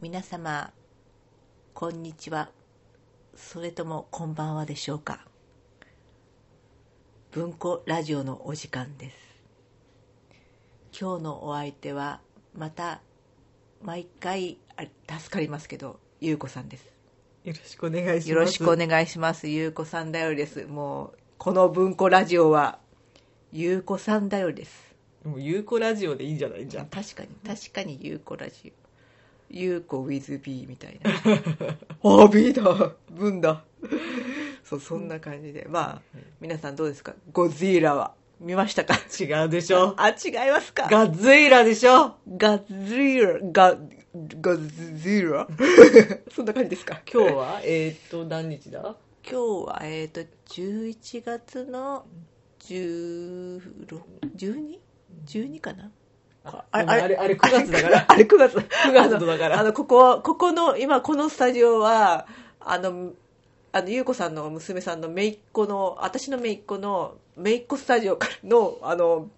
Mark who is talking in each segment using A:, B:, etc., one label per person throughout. A: 皆様こんにちはそれともこんばんはでしょうか文庫ラジオのお時間です今日のお相手はまた毎回あ助かりますけどゆうこさんです
B: よろしくお願いします。
A: よろしくお願いしますゆうこさんだよりですもうこの文庫ラジオはゆうこさんだよりです
B: もう有効ラジオでいいんじゃないじゃん。
A: 確かに確かにゆうこラジオゆうこ with B みたいな あ B だ文 だそうそんな感じで、まあ皆さんどうですかゴジーラは見ましたか
B: 違うでしょ。
A: あ違いますか
B: ガッズイラでしょ。
A: ガズイラガガズイ ラそんな感じですか
B: 今日は、えーっと、何日だ
A: 今日はえっ、と11月の 12?12 かな
B: あ
A: あれ
B: あれ、あれ9月だから。
A: あれ9月だ
B: 9月だから
A: あのあのここはここの今このスタジオはあのあの優子さんの娘さんの姪っ子の私の姪っ子の姪っ子スタジオからのあの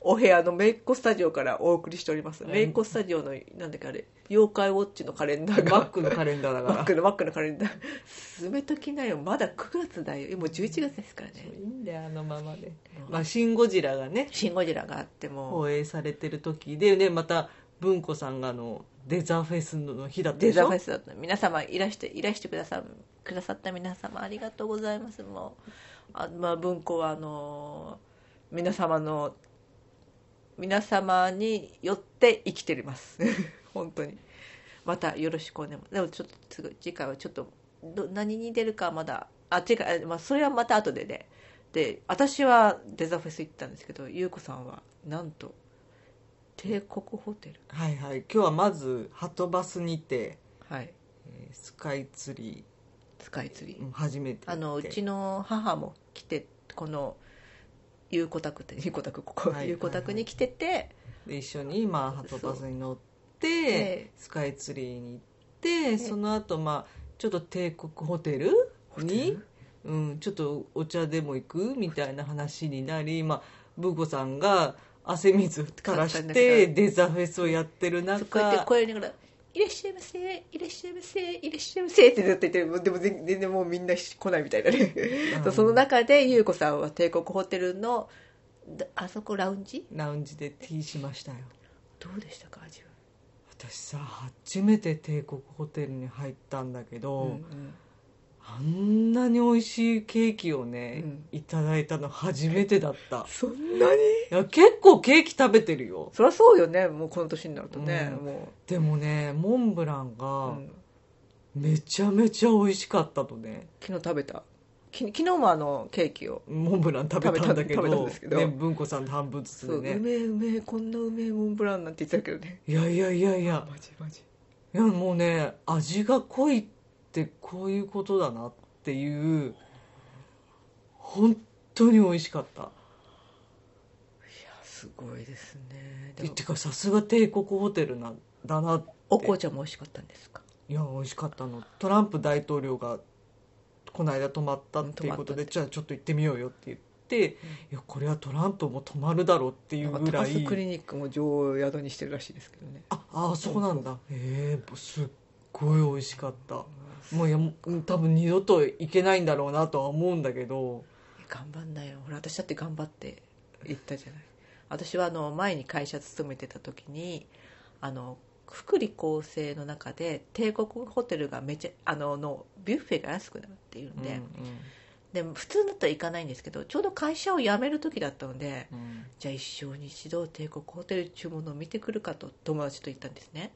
A: お部屋の姪っ子スタジオからお送りしております
B: はい
A: 姪っ子スタジオのなんだっけあれ妖怪ウォッチのカレンダーが
B: マックのカレンダーだ
A: マッ
B: か
A: クのマックのカレンダー 進めときなよまだ9月だよもう11月ですから
B: ら。
A: ね
B: いいんだよ、あのままで。まあ、シン・ゴジラがね、
A: 「シン・ゴジラ」があっても
B: 放映されてる時で、で、また、文子さんがあの、デザフェスの日だった
A: デ
B: でし
A: ザ
B: ょ
A: フェスだった皆様いらしていらしてくださくださった皆様ありがとうございますもうあ、まあ、文庫はあのー皆様の皆様によって生きております 本当にまたよろしくお願いでもちょっとすぐ次回はちょっとど何に出るかはまだあ次回、まあ、それはまた後でねで私はデザフェス行ったんですけど優子さんはなんと帝国ホテル
B: はいはい。今日はまず、ハトバスにて、
A: はい
B: えースカイツリ
A: スカイツリー
B: ー、うん初めて行って。
A: あのうちの母も来てこのゆうこ宅ってゆうこ宅ここ、
B: はい
A: ゆうこ宅に来てて、
B: で一緒にまあハトバスに乗って
A: で
B: スカイツリーに行って
A: で
B: その後まあちょっと帝国ホテル
A: ホテ
B: に
A: ル
B: うん、ちょっとお茶でも行くみたいな話になりまあブーコさんが汗水垂らし
A: 垂らしてた
B: デザフェスをやってる
A: そうこうやって
B: 中
A: 声を入れながら「いらっしゃいませいらっしゃいませいらっしゃいませ」ってずっと言ってもうでも全全然もうみんな来ないみたいなね、
B: うん
A: その中でゆうこさんは帝国ホテルのだあそこラウンジ
B: ラウンジでティーしましたよ
A: どうでしたか味は、
B: 私さ初めて帝国ホテルに入ったんだけど、
A: うんうん
B: あんなに美味しいケーキをね、
A: うん
B: いただいたの初めてだった
A: そんなに
B: いや結構ケーキ食べてるよ
A: そりゃそうよねもうこの年になるとね、
B: うん
A: も
B: でもねモンブラ
A: う、
B: ン
A: う
B: が
A: ん
B: めちゃめちゃ美味しかったのね、
A: 昨日食べたき昨日もあのケーキを
B: モンブラン食べたんだけど
A: 食べた食べたんですけど
B: ね、文子さん半分ずつ
A: そう
B: で
A: う
B: ね
A: めえうめえこんなうめえモンブランなんて言ってたけどね
B: いやいやいやいや
A: ジマジ
B: いやもうね味が濃いってこういうことだなっていう本当に美味しかった
A: すごいですねで
B: て
A: も
B: てかさすが帝国ホテルなだな
A: お紅茶も美味しかったんですか
B: いや美味しかったのトランプ大統領がこの間泊まったっていうこと
A: うん泊ま
B: で
A: った
B: じゃあちょっと行ってみようよって言って、いやこれはトランプも泊まるだろうってい
A: な
B: うん
A: か
B: ぐ
A: タ
B: ら
A: パス
B: い
A: クリニックも女王を宿にしてるらしいですけどね
B: ああそうなんだへえすっごい美味しかったもういやもう多分二度と行けないんだろうなとは思うんだけど
A: 頑張んないよほら私だって頑張って行ったじゃない私はあの前に会社勤めてた時にあの福利厚生の中で帝国ホテルがめちゃあののビュッフェが安くなるっていうんで、でも普通だったら行かないんですけどちょうど会社を辞める時だったので、
B: うんうん
A: じゃあ一生に一度帝国ホテル注文のを見てくるかと友達と言ったんですね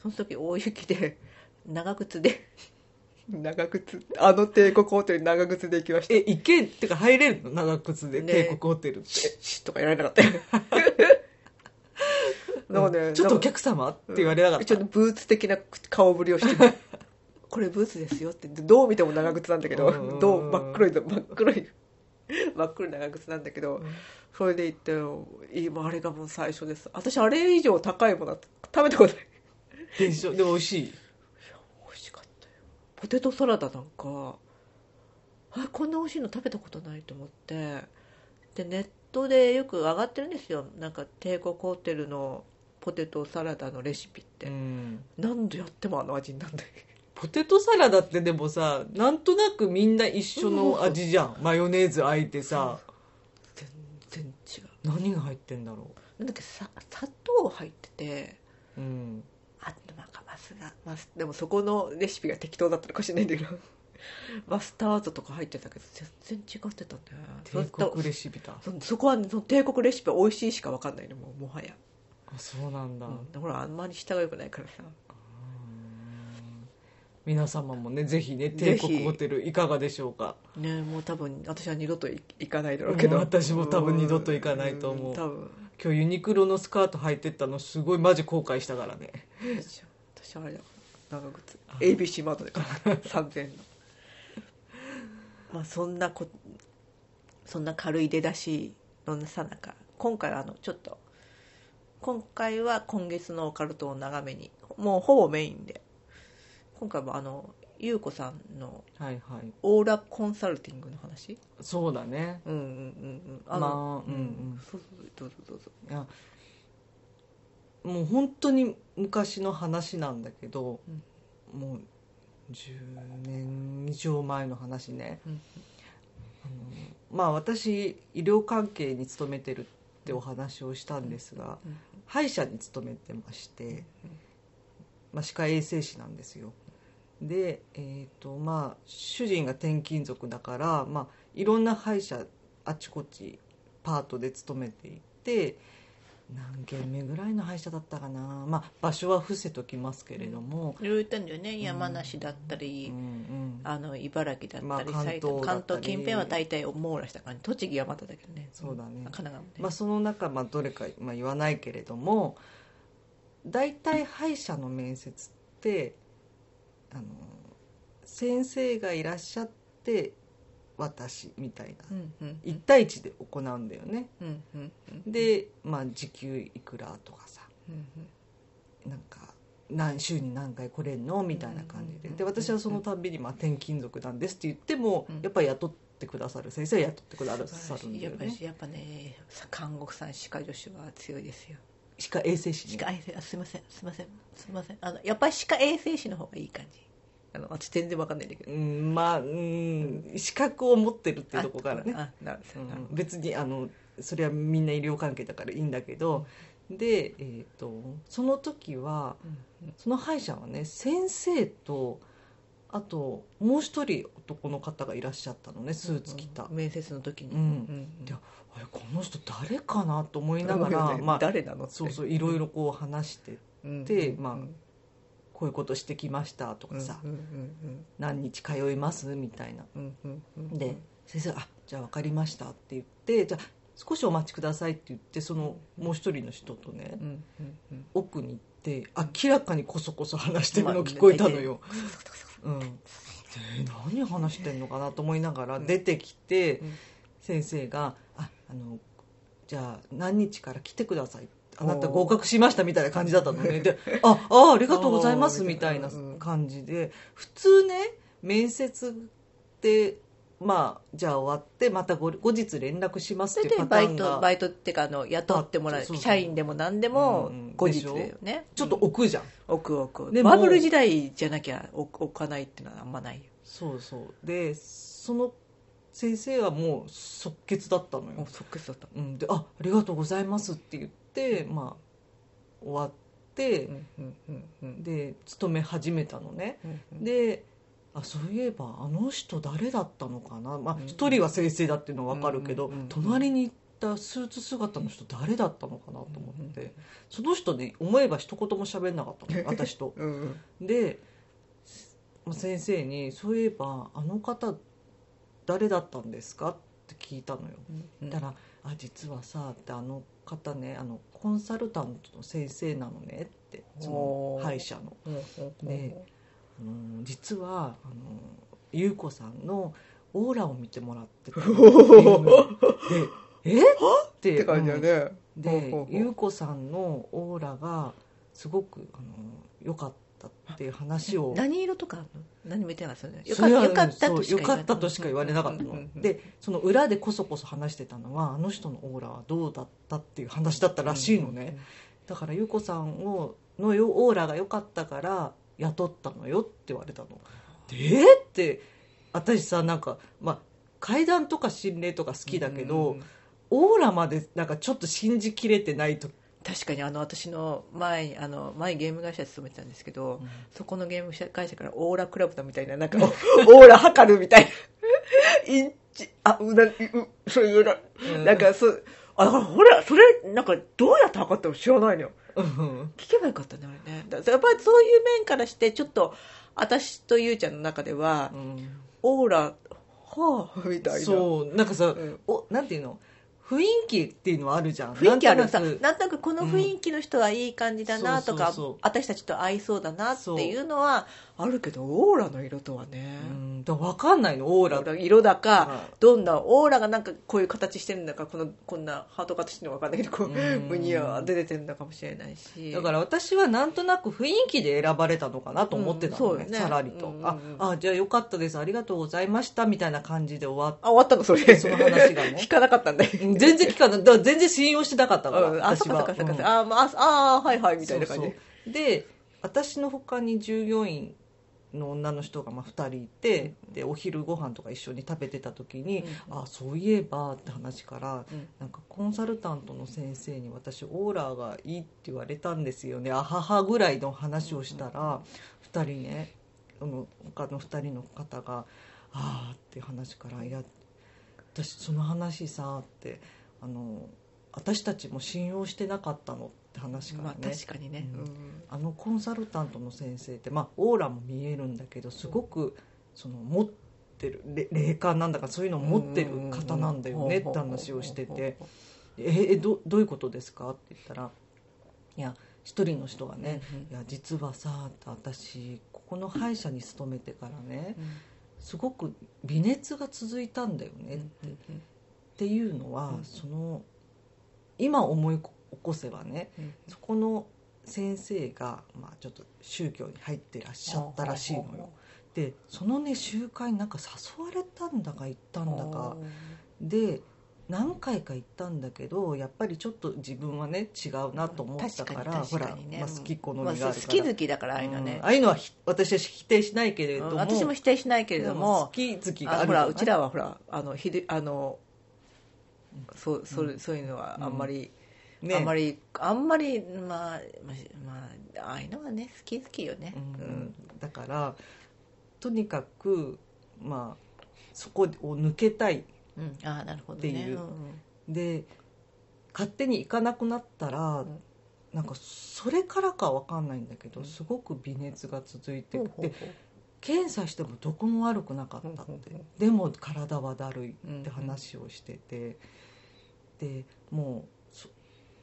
A: その時大雪で 長靴で長靴あの帝国ホテルに長靴で行きまし
B: え行けってか入れるの長靴で、
A: ね
B: 帝国ホテルって
A: シッシッとかやら れなかったよなんかね
B: ちょっと
A: な
B: お
A: んか
B: 客様って言われなかった、
A: ちょっとブーツ的な顔ぶりをして これブーツですよってどう見ても長靴なんだけど
B: うん
A: どう真っ黒いの真っ黒い 真っ黒い長靴なんだけど、それで行っていいもうあれがもう最初です私あれ以上高いものは食べたことない
B: でしょでも美味しい
A: 美味しかったよポテトサラダなんかあこんな美味しいの食べたことないと思ってでネットでよく上がってるんですよなんか帝国ホテルのポテトサラダのレシピって、
B: うん
A: 何度やってもあの味になんない
B: ポテトサラダってでもさなんとなくみんな一緒の味じゃんマヨネーズあいてさ
A: 全然違う
B: 何が入ってんだろ
A: なんだっけさ砂糖入ってて
B: ううん
A: あとなんかマスがマスでもそこのレシピが適当だったのかもしれないんだけど マスタードとか入ってたけど全然違ってたね
B: 帝国レシピだ
A: そそこは、ね、その帝国レシピは美味しいしか分かんないねもうもはや、
B: あそうなんだ、
A: うん、ほらあんまり舌が良くないからさ
B: 皆様もねぜひね
A: ぜ
B: 帝
A: ひ
B: 国ホテルいかがでしょうか
A: ねもう多分私は二度とい行かないだろうけど
B: うん私も多分二度と行かないと思うん
A: 多分
B: 今日ユニクロのスカート履いてったのすごいマジ後悔したからね
A: 私は私はあれだ長靴 ABC マートで買った3000円のまあそんなこそんな軽い出だしのさなか今回はあのちょっと今回は今月のオカルトを長めにもうほぼメインで今回もあの優子さんの
B: はいはい
A: オーラコンサルティングの話
B: そうだね
A: うんうんうんうん
B: まあ
A: の
B: うんうん
A: そうそうどうぞどうぞ
B: いやもう本当に昔の話なんだけど、もう10年以上前の話ね、
A: うん
B: あのまあ私医療関係に勤めてるってお話をしたんですが、
A: うん
B: 歯医者に勤めてまして、まあ、歯科衛生士なんですよで、えーとまあ、主人が転勤族だから、まあ、いろんな歯医者あちこちパートで勤めていて何軒目ぐらいの歯医者だったかな、まあ、場所は伏せときますけれども、
A: いろいろ言ったんだよね山梨だったり、
B: うんうん
A: あの茨城だ
B: ま
A: っ
B: あ
A: たり、埼
B: 関東
A: 玉
B: だった
A: 関東
B: り
A: 近辺は大体網羅した感じ栃木はまただけどね
B: そうだね
A: 神奈川もね、
B: まあ、その中、まあ、どれか、まあ、言わないけれども大体歯医者の面接ってあの先生がいらっしゃって私みたいな
A: うんうん
B: 1対1で行うんだよね
A: うんうんうん
B: で、まあ、時給いくらとかさ
A: うん
B: なんか何週に何回来れんのみたいな感じでで私はそのたんびに、まあ、転勤族なんですって言っても
A: うん
B: やっぱり雇ってくださる先生は雇ってくだ
A: 素
B: さ
A: 晴ら
B: る
A: し
B: ん
A: い
B: だ
A: や
B: よ
A: っぱ
B: ね
A: りやっぱねさ看護婦さん歯科助手は強いですよ
B: 歯科衛生士
A: 歯
B: に
A: 科衛生あすいませんすいませんすいませんあのやっぱり歯科衛生士の方がいい感じあの私全然わかんないんだけど
B: うんまあうん資格を持ってるっていうとこからね、
A: ああなるほ
B: う
A: どなる
B: ん
A: ほど
B: 別にあのそれはみんな医療関係だからいいんだけどで、えー、とその時は
A: うんうん
B: その歯医者はね先生とあともう一人男の方がいらっしゃったのねスーツ着た、
A: 面接の時に、
B: うんいやあれこの人誰かなと思いな
A: 思
B: が
A: う
B: ら、
A: よね
B: まあ、
A: 誰なのって
B: そうそういろいろこう話して
A: うん
B: で
A: うん
B: まあこういうことしてきましたと
A: う
B: か
A: ん
B: さ、
A: うんうん
B: 何日通いますみたいな
A: うんうんうんうん
B: で先生があじゃあ分かりました」って言って「じゃあ少しお待ちください」って言ってそのもう一人の人とね
A: うんうんうん
B: 奥に行って明らかにこそこそ話してるの聞こえたのよ。うん、で何話してんのかなと思いながら出てきて
A: うん
B: 先生が「ああのじゃあ何日から来てください」あなた合格しましたみたいな感じだった のねで「ああありがとうございます」
A: おー
B: みたいな
A: うん
B: 感じで普通ね面接ってまあじゃあ終わってまたご後日連絡します
A: そ
B: っ
A: れ
B: ていう
A: で
B: パタ
A: バ
B: ーン
A: イト
B: が
A: バイトっていうかあの雇ってもら
B: そううそう
A: 社員でも何で
B: う
A: も
B: んうん
A: 後日だよね
B: ちょっと
A: うん
B: 置くじゃん
A: 奥奥
B: でも
A: バブル時代じゃなきゃ置かないっていうのはあんまないよ
B: そうそうでその先生はもう即決だったの
A: もう
B: よ、
A: そっくりだった
B: うん、で「あありがとうございます」って言ってまあ終わって
A: うんうんうんうん
B: で勤め始めたのね
A: うんうん
B: であそういえばあの人誰だったのかなまあ
A: うん
B: 一人は先生だっていうのは分かるけど、
A: うんうんうんうん
B: 隣に行ったスーツ姿の人誰だったのかなと思っ
A: う
B: て、
A: んうん
B: その人ね思えば一言も喋んなかったの私と。
A: うんうん
B: でまあ先生に「そういえばあの方誰だったんですか?」って聞いたのよ。
A: うん
B: だから「あ実はさ」って「あの方ねあのコンサルタントの先生なのね」ってその
A: おー
B: 歯医者の。
A: うんうんうん
B: ねあの実はあの優子さんのオーラを見てもらって たでえって
A: って感じだね
B: うん
A: ほうほうほ
B: で
A: う
B: 優子さんのオーラがすごくあの良かったっていう話を
A: 何色とかあんの何も言ってなかったよねよ
B: そ
A: か
B: れは
A: よかったとし
B: そう
A: か
B: よかったとしか言われなかった
A: うんうん
B: の
A: うんうん
B: でその裏でこそこそ話してたのはあの人のオーラはどうだったっていう話だったらしいのねだから優子さんをのよオーラが良かったから雇ったのよって言われたの。でーって私さなんか、まあ、階段とか心霊とか好きだけど、
A: うん
B: オーラまでなんかちょっと信じきれてないと、
A: 確かにあの私の前あの前ゲーム会社に勤めてたんですけど、そこのゲーム会社からオーラクラブだみたいななんか オーラ測るみたいな インチあうなうそれぐらい、
B: うん
A: なんかそうあだからほらそれなんかどうやって測ったの知らないのよ
B: うん
A: 聞けばよかったねあれねだやっぱりそういう面からしてちょっと私とゆうちゃんの中では、
B: うん
A: オーラはあみたいな
B: そうなんか
A: う
B: さ、
A: ん
B: おなんていうの雰囲気っていうのはあるじゃん
A: 雰囲気ある
B: なん
A: の
B: と
A: さ
B: なく
A: なんとなくこの雰囲気の人はいい感じだなとか、
B: そうそうそう
A: 私たちと合いそうだなっていうのはあるけどオーラの色とはね、
B: うん、だから分かんないのオーラ
A: オーラ色だか、
B: はい
A: どんなオーラがなんかこういう形してるんだかこのこんなハート形してるのか分かんないけどこう
B: うん
A: むにゃーって出てるのかもしれないし
B: だから私はなんとなく雰囲気で選ばれたのかなと思ってたの
A: うん
B: ね,、
A: そうよね
B: さらりと、
A: うんうん
B: ああじゃあよかったですありがとうございましたみたいな感じで終わっ
A: あ終わったのそれ
B: その話がね
A: 聞かなかったんだよ
B: うん全然聞かないだから全然信用してなかったから、
A: うんあそっ
B: 私
A: か
B: は
A: そっかそっか、
B: うん
A: あー、まああーはいはいみたいな感じ
B: そうそうで私の他に従業員の女の人がまあ2人いて、でお昼ご飯とか一緒に食べてた時に、
A: うん
B: あそういえばって話から、
A: うん
B: なんかコンサルタントの先生に私オーラがいいって言われたんですよねあははぐらいの話をしたら、二2人ねあの他の2人の方が「ああ」って話から「いや私その話さ」ってあの私たちも信用してなかったのって話から
A: ま
B: ね、
A: あ確かにね、
B: う
A: うんん
B: あのコンサルタントの先生って、まあ、オーラも見えるんだけどすごくその持ってるれ霊感なんだかそういうのを持ってる方なんだよねって話をしてて「ええどどういうことですか?」って言ったらいや一人の人がね
A: うんうん
B: 「いや実はさ私ここの歯医者に勤めてからね
A: うん
B: すごく微熱が続いたんだよね」
A: うんうん
B: っていうのは、
A: うん
B: その今思い起こせばね
A: うん
B: そこの先生が、まあ、ちょっと宗教に入ってらっしゃったらしいのよでそのね集会になんか誘われたんだか行ったんだかで何回か行ったんだけどやっぱりちょっと自分はね違うなと思ったから
A: 確
B: ほ
A: かに確
B: ら、
A: かにね
B: まあ、好き好み
A: ま
B: があ
A: あ
B: るから、
A: 好き好きだからああいうの
B: う
A: ね
B: んあ、あいうのはひ私は否定しないけれ
A: う
B: ど
A: ん
B: も
A: 私も否定しないけれど
B: で
A: も
B: 好き好きがあ
A: あ
B: る
A: ほ
B: じゃな
A: ら
B: い
A: うちらはほらあのひであのそうそううそういうのはあんまり、
B: ね
A: あんまりあんまりまあまあ、まあ、ああいうのはね好き好きよね、
B: うんだからとにかくまあそこを抜けたい
A: うんうんああなるほど
B: っ
A: ね
B: ていう
A: うんうん
B: で勝手に行かなくなったら、
A: うん
B: なんかそれからか分かんないんだけど、
A: うん
B: すごく微熱が続いて
A: ほ
B: き
A: うほ
B: て、
A: うほう
B: 検査してもどこも悪くなかったって、
A: うんうんうん
B: でも体はだるいって話をしてて、でもうそ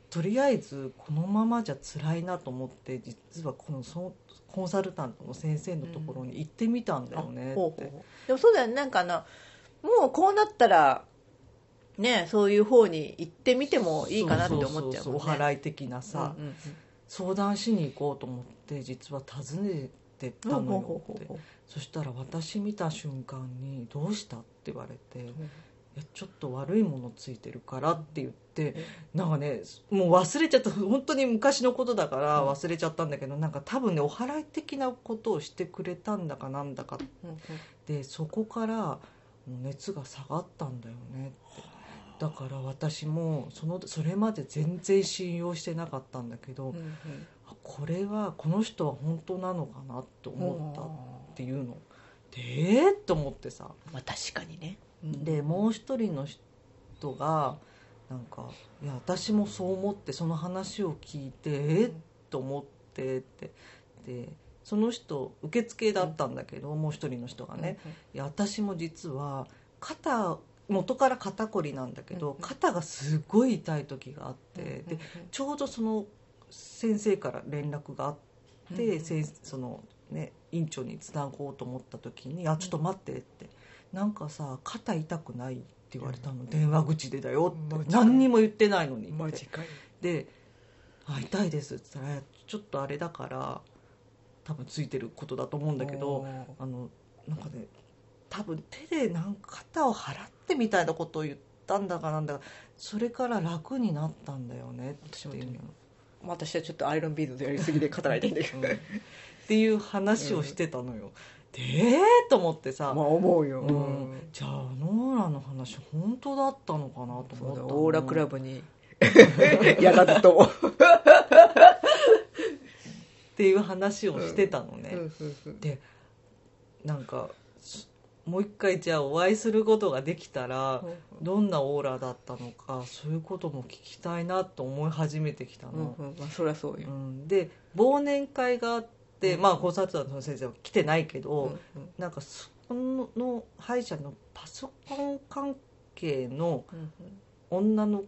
B: とりあえずこのままじゃ辛いなと思って実はこのそコンサルタントの先生のところに行ってみたんだよね
A: あ
B: っ
A: ほう
B: て、
A: ほうでもそうだよねなんかあのもうこうなったらねそういう方に行ってみてもいいかなって思っちゃうもんね
B: そそそお祓い的なさ、
A: うんうんうん
B: 相談しに行こうと思って実は訪ねてった
A: ほ
B: の
A: う
B: よ
A: ほ
B: っ
A: う
B: て
A: ほうほ
B: そしたら私見た瞬間に「どうした?」って言われて「いうやちょっと悪いものついてるから」って言ってなんかねもう忘れちゃった本当に昔のことだから
A: うん
B: 忘れちゃったんだけどなんか多分ねお祓い的なことをしてくれたんだかなんだか
A: うんうん
B: でそこから熱が下がったんだよねってだから私もそのそれまで全然信用してなかったんだけど、
A: うんうん
B: あこれはこの人は本当なのかなと思ったっていうのでえーっと思ってさ
A: まあ確かにね
B: でもう一人の人がなんかいや私もそう思ってその話を聞いてえーっと思ってってでその人受付だったんだけどもう一人の人がねいや私も実は肩元から肩こりなんだけ
A: うん
B: ど
A: うん
B: 肩がすごい痛い時があっ
A: うんうんうん
B: てでちょうどその先生から連絡があって、
A: うんうん
B: 先そのね院長につなごうと思った時に「あちょっと待って」って「なんかさ肩痛くない?」って言われたの、電話口でだよって、
A: マジか
B: 何にも言ってないのに
A: マ
B: って
A: ジかよ
B: で「あ痛いです」って言ったらいや「ちょっとあれだから多分ついてることだと思うんだけどあのなんかね多分手でなんか肩を払ってみたいなことを言ったんだかなんだかそれから楽になったんだよねって
A: 私も
B: いう
A: で
B: の
A: もまあ私はちょっとアイロンビードでやりすぎで語られてんだけど、
B: うんっていう話をしてたのよ、でえーと思ってさ、
A: まあ思うよ、
B: うんじゃあノーランの話本当だったのかなと
A: そう
B: 思った
A: だ
B: の
A: オーラクラブにやらずとも、
B: っていう話をしてたのね、
A: う
B: でなんかすもう一回じゃあお会いすることができたら
A: ん
B: どんなオーラだったのかそういうことも聞きたいなと思い始めてきたの、
A: うんまあ、そりゃそう
B: う
A: よ、
B: んで忘年会があっ
A: う
B: て、
A: ん
B: まあコンサート団の先生は来てないけど、
A: うんうん
B: なんかそこの歯医者のパソコン関係の
A: うん
B: 女の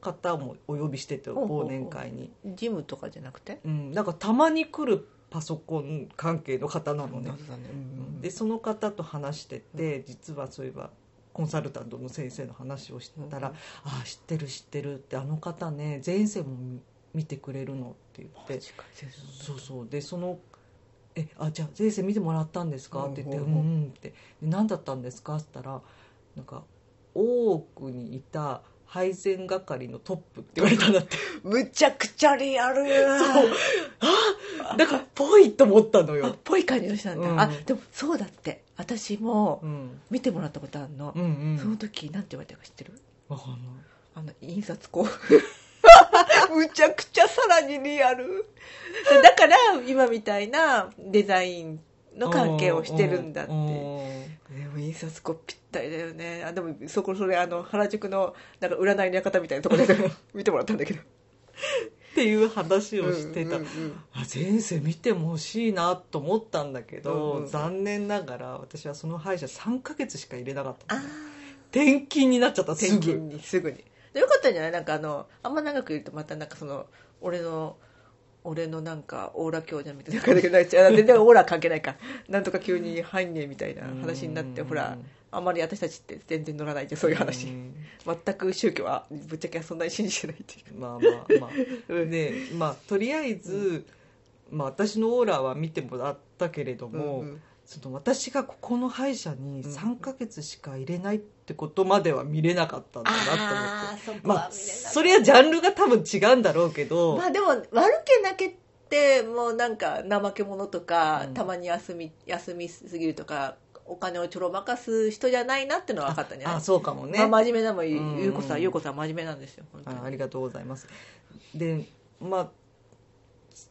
B: 方もお呼びしてて
A: ほうほうほう
B: 忘年会に、
A: うんジムとかじゃなくて
B: うん、なんかたまに来るパソコン関係の方なのね、
A: 謎だね
B: でその方と話してて、実はそういえばコンサルタントの先生の話をしたら
A: う
B: 「
A: ん
B: ああ知ってる知ってる」って「あの方ね前世も見見てくれるの」って言って
A: 近い先生
B: そうそうでその「えあじゃあ先生見てもらったんですか?」って言って「
A: う
B: うんん
A: ほうほう
B: うん」って「で何だったんですか?」って言ったらなんか「大奥にいた配膳係のトップ」って言われたんだって
A: むちゃくちゃリアルそう
B: だからぽいと思ったの
A: あっ
B: よ、
A: ぽい感じの人なんだ、
B: うん
A: あでもそうだって私も
B: うん、
A: 見てもらったことあるの
B: う、んうん
A: その時なんて言われたか知ってる
B: わかんない
A: あの印刷 工むちゃくちゃさらにリアルだから今みたいなデザインの関係をしてるんだって
B: うん
A: でも印刷工ぴったりだよねあでもそこそれあの原宿のなんか占いの館みたいな ところで見てもらったんだけど
B: っていう話をしてた、
A: うんうんうん
B: あ前世見ても欲しいなと思ったんだけど、
A: うんうん
B: 残念ながら私はその歯医者3ヶ月しか入れなかった
A: あ
B: の
A: ー
B: 転勤になっちゃったす
A: 転勤
B: ぐ
A: にすぐにでよかったんじゃないなんかあのあんま長くいるとまたなんかその俺の俺のなんかオーラ教じゃんみたいな感じになっちゃう 全然オーラ関係ないかなんとか急に入んねえみたいな話になって
B: うん
A: ほらあんまり私たちって全然乗らないじゃんそういう話
B: ん
A: 全く宗教はぶっちゃけそんなに信じてないっていう
B: まあまあま
A: う
B: あ
A: ん
B: でまあとりあえず、まあ、私のオーラは見てもらったけれども、
A: うんうん
B: その私がここの歯医者に3ヶ月しか入れないってことまでは見れなかったんだなと思って、
A: ああそこ
B: ま
A: は
B: あ
A: 見れない
B: それはジャンルが多分違うんだろうけど、
A: まあでも悪気なけってもうなんか怠け者とか、
B: うん
A: たまに休み休みすぎるとかお金をちょろまかす人じゃないなってのは分かったんじゃない
B: あそうかもね、
A: まあ、真面目なのもゆ
B: うん
A: ゆうこさんゆうこさん真面目なんですよ本当に
B: あありがとうございますでまあ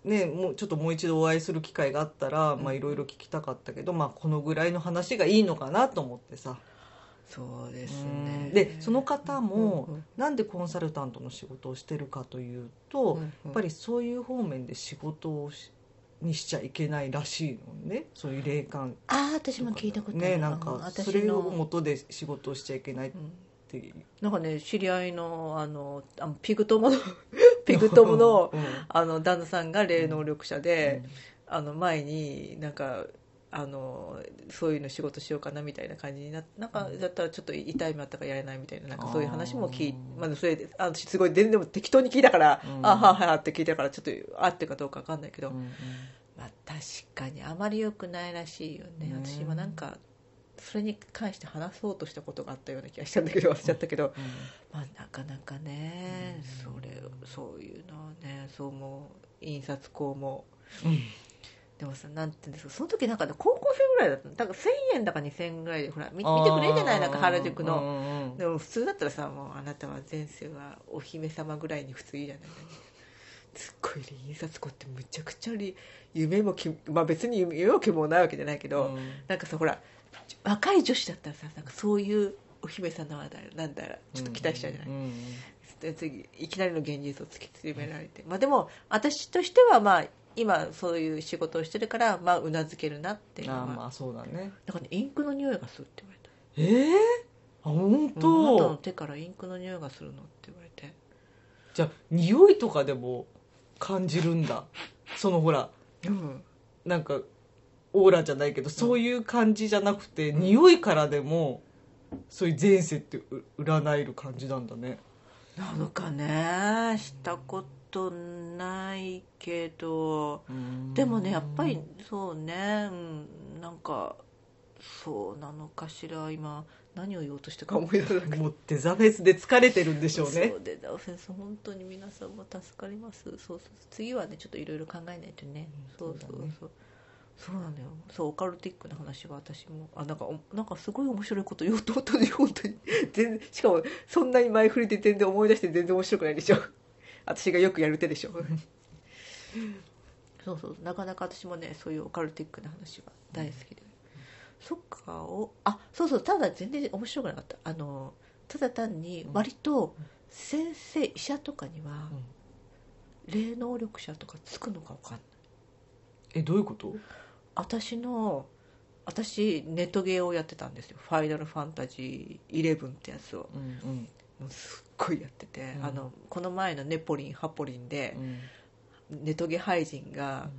B: ね、もうちょっともう一度お会いする機会があったらまあいろいろ聞きたかったけど、まあ、このぐらいの話がいいのかなと思ってさ
A: そうですね
B: でその方も
A: うんうん
B: なんでコンサルタントの仕事をしてるかというと、
A: うんうん
B: やっぱりそういう方面で仕事をしにしちゃいけないらしいのねそういう霊感
A: ああ私も聞いたことある
B: ねなん
A: うん
B: か
A: 私
B: それ
A: の
B: を元で仕事をしちゃいけないっ
A: うん
B: ていう
A: なんかね知り合いのあのあのピグ友の ピグ友 の
B: うん
A: あの旦那さんが霊能力者で、
B: うん
A: あの前になんかあのそういうの仕事しようかなみたいな感じになってなんかだったらちょっと痛い目あったからやれないみたいななんかそういう話も聞い
B: あー
A: まあ、それあのすごい全然でも適当に聞いたから、
B: うん
A: あはあはあって聞いたからちょっと合ってるかどうか分かんないけど、
B: うんうん
A: まあ、確かにあまり良くないらしいよね
B: ね
A: 私今なんかそれに関して話そうとしたことがあったような気がしたんだけど忘れちゃったけど、まあ、なかなかねそれそういうのはねそう思う印刷工も
B: うん
A: でもさなんて言うんですかその時なんかね高校生ぐらいだったのだから1000円だか2000円ぐらいでほら見見てくれるじゃないなんか原宿の。
B: の
A: でも普通だったらさもうあなたは前世はお姫様ぐらいに普通いいじゃないすっごい印刷庫ってむちゃくちゃり夢もきまあ別に夢夢も希望ないわけじゃないけど、なんかさほら若い女子だったらさなんかそういうお姫様はだなんだちょっと期待しちゃうじゃない、で次いきなりの現実を突き詰められて、まあ、でも私としてはまあ今そういう仕事をしてるからまあうなずけるなっていうの
B: あ
A: は、
B: ーまあそうだね
A: なんかねインクの匂いがするって言われた
B: えー、あ本
A: うんあなたの
B: 当
A: 手からインクの匂いがするのって言われて
B: じゃあ匂いとかでも感じるんだそのほら
A: うん
B: なんかオーラじゃないけどそういう感じじゃなくて、匂いからでもそういう前世ってう占える感じなんだね
A: なのかねしたことないけどでもねやっぱりそうね、うん、なんかそうなのかしら今何を言おうとしたか思い出せなくて
B: もうデザフェスで疲れてるんでしょうね
A: そうでダウフェンス本当に皆さんも助かりますそうそう次はねちょっといろいろ考えないとね、
B: う
A: そ
B: ん
A: うそう
B: そう
A: そ
B: だ
A: う
B: ね
A: そうなのよそうオカルティックな話は私もあなんかおなんかすごい面白いこと言おうと思ったのに本当に 全然しかもそんなに前振りで全然思い出して全然面白くないでしょ 私がよくやる手でしょ そうそうなかなか私もねそういうオカルティックな話は大好きで、そっかをあそうそうただ全然面白くなかったあのただ単に割と先生医者とかには
B: うん
A: 霊能力者とかつくのか分かんない
B: えどういうこと
A: 私の私ネットゲーをやってたんですよ「ファイナルファンタジー11」ってやつを
B: うんうん
A: もうすっごいやってて、
B: うん
A: あのこの前の「ネポリン」「ハポリン」で
B: うん
A: ネトゲ廃人が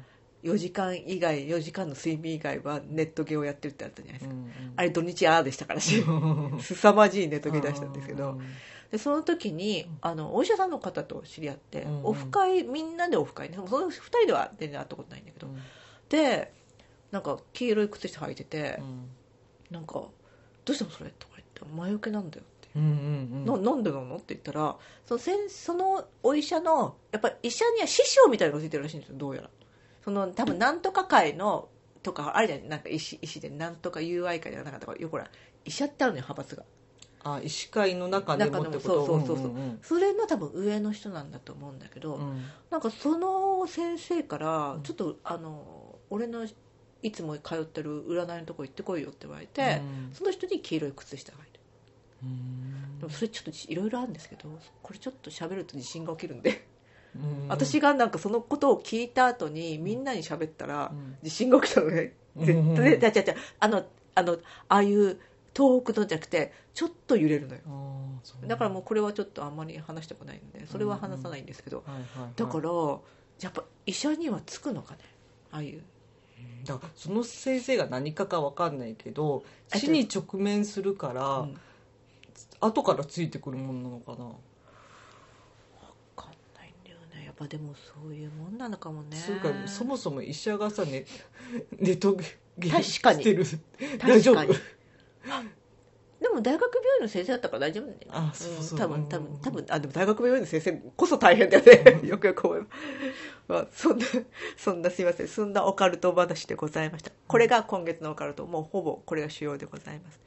A: 4時間以外4時間の睡眠以外はネットゲーをやって るってあったじゃないですか、あれ土日ああでしたからし凄まじいネットゲー出したんですけど、でその時にあのお医者さんの方と知り合って、
B: うんうん
A: オフ会みんなでオフ会ねその2人では全然会ったことないんだけど、でなんか黄色い靴下履いてて、なんか「どうしたのそれ?」とか言って「前受けなんだよ」って、ななんでなのって言ったらその先そのお医者のやっぱり医者には師匠みたいなのがついてるらしいんですよどうやらその多分なんとか会のとかあるじゃないなんか医師医師でなんとか友愛会じゃなかったからよくほら医者ってあるのよ派閥が
B: あ医師会の中でもってこと
A: 中でもそうそうそうそうん
B: ん
A: それの多分上の人なんだと思うんだけど、
B: うんうん
A: なんかその先生から
B: うん
A: ちょっとあの俺のいつも通ってる占いのとこ行ってこいよって言われて、その人に黄色い靴下がいる
B: うん
A: でもそれちょっといろいろあるんですけどこれちょっと喋ると地震が起きるんで、
B: うん
A: 私がなんかそのことを聞いた後にみんなに喋ったら
B: うん
A: 地震が起きたのね
B: うん
A: 絶対じゃじゃじゃあのあのああいう東北のじゃなくてちょっと揺れるのよ
B: あーそう
A: だからもうこれはちょっとあんまり話したくないのでそれは話さないんですけど
B: はいはいはい
A: だからやっぱ医者にはつくのかねああいう
B: だからその先生が何かか分かんないけど
A: えっと
B: 死に直面するから、
A: うん
B: 後からついてくるものなのかな、
A: わかんないんだよねやっぱでもそういうもんなのかもね
B: そうかそもそも医者がさね ネトゲし
A: 確かに
B: てる大丈
A: 確か
B: 夫
A: にでも大学病院の先生だったから大丈夫なんだよね
B: あそうそう
A: 多分
B: うん
A: 多分多分あでも大学病院の先生こそ大変だよ ねよくよく思えば、まあ、そんなそんなすいませんそんなオカルト話でございましたこれが今月のオカルトもうほぼこれが主要でございます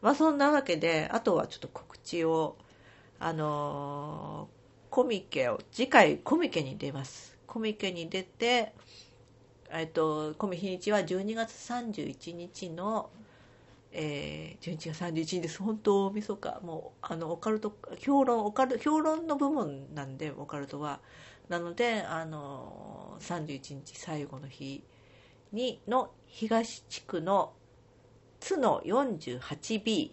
A: まあそんなわけであとはちょっと告知をあのーコミケを次回コミケに出ますコミケに出てえっとコミ日にちは12月31日のえー、11月31日です本当大晦日もうあのオカルト評論オカル評論の部門なんでオカルトはなのであのー31日最後の日にの東地区の津の 48B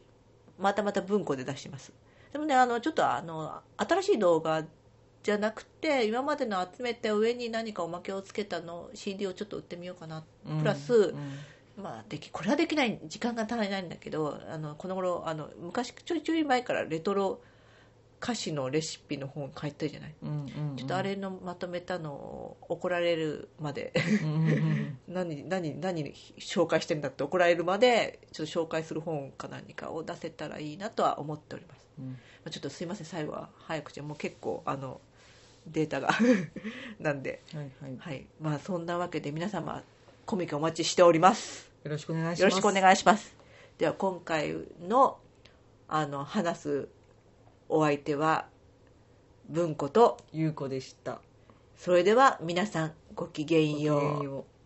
A: またまた文庫で出してますでもねあのちょっとあの新しい動画じゃなくて今までの集めて上に何かおまけをつけたの CD をちょっと売ってみようかなプラス
B: うん
A: まあ、できこれはできない時間が足りないんだけどあのこの頃あの昔ちょいちょい前からレトロ歌詞のレシピの本書いてるじゃない
B: うんうんうん
A: ちょっとあれのまとめたのを怒られるまで
B: うんうんうん
A: 何何何紹介してんだって怒られるまでちょっと紹介する本か何かを出せたらいいなとは思っております
B: うん
A: まあちょっとすいません最後は早口でもう結構あのデータが なんで
B: はいはいよ
A: はいまあそんなわけで皆様コミケお待ちしております
B: ろしくお願いし
A: よ
B: ま
A: ろ
B: す
A: しくお願いします。では今回のあの話すお相手は文子と
B: ゆうこでした
A: それでは皆さんごきげんよ
B: ごき
A: う
B: げん。よう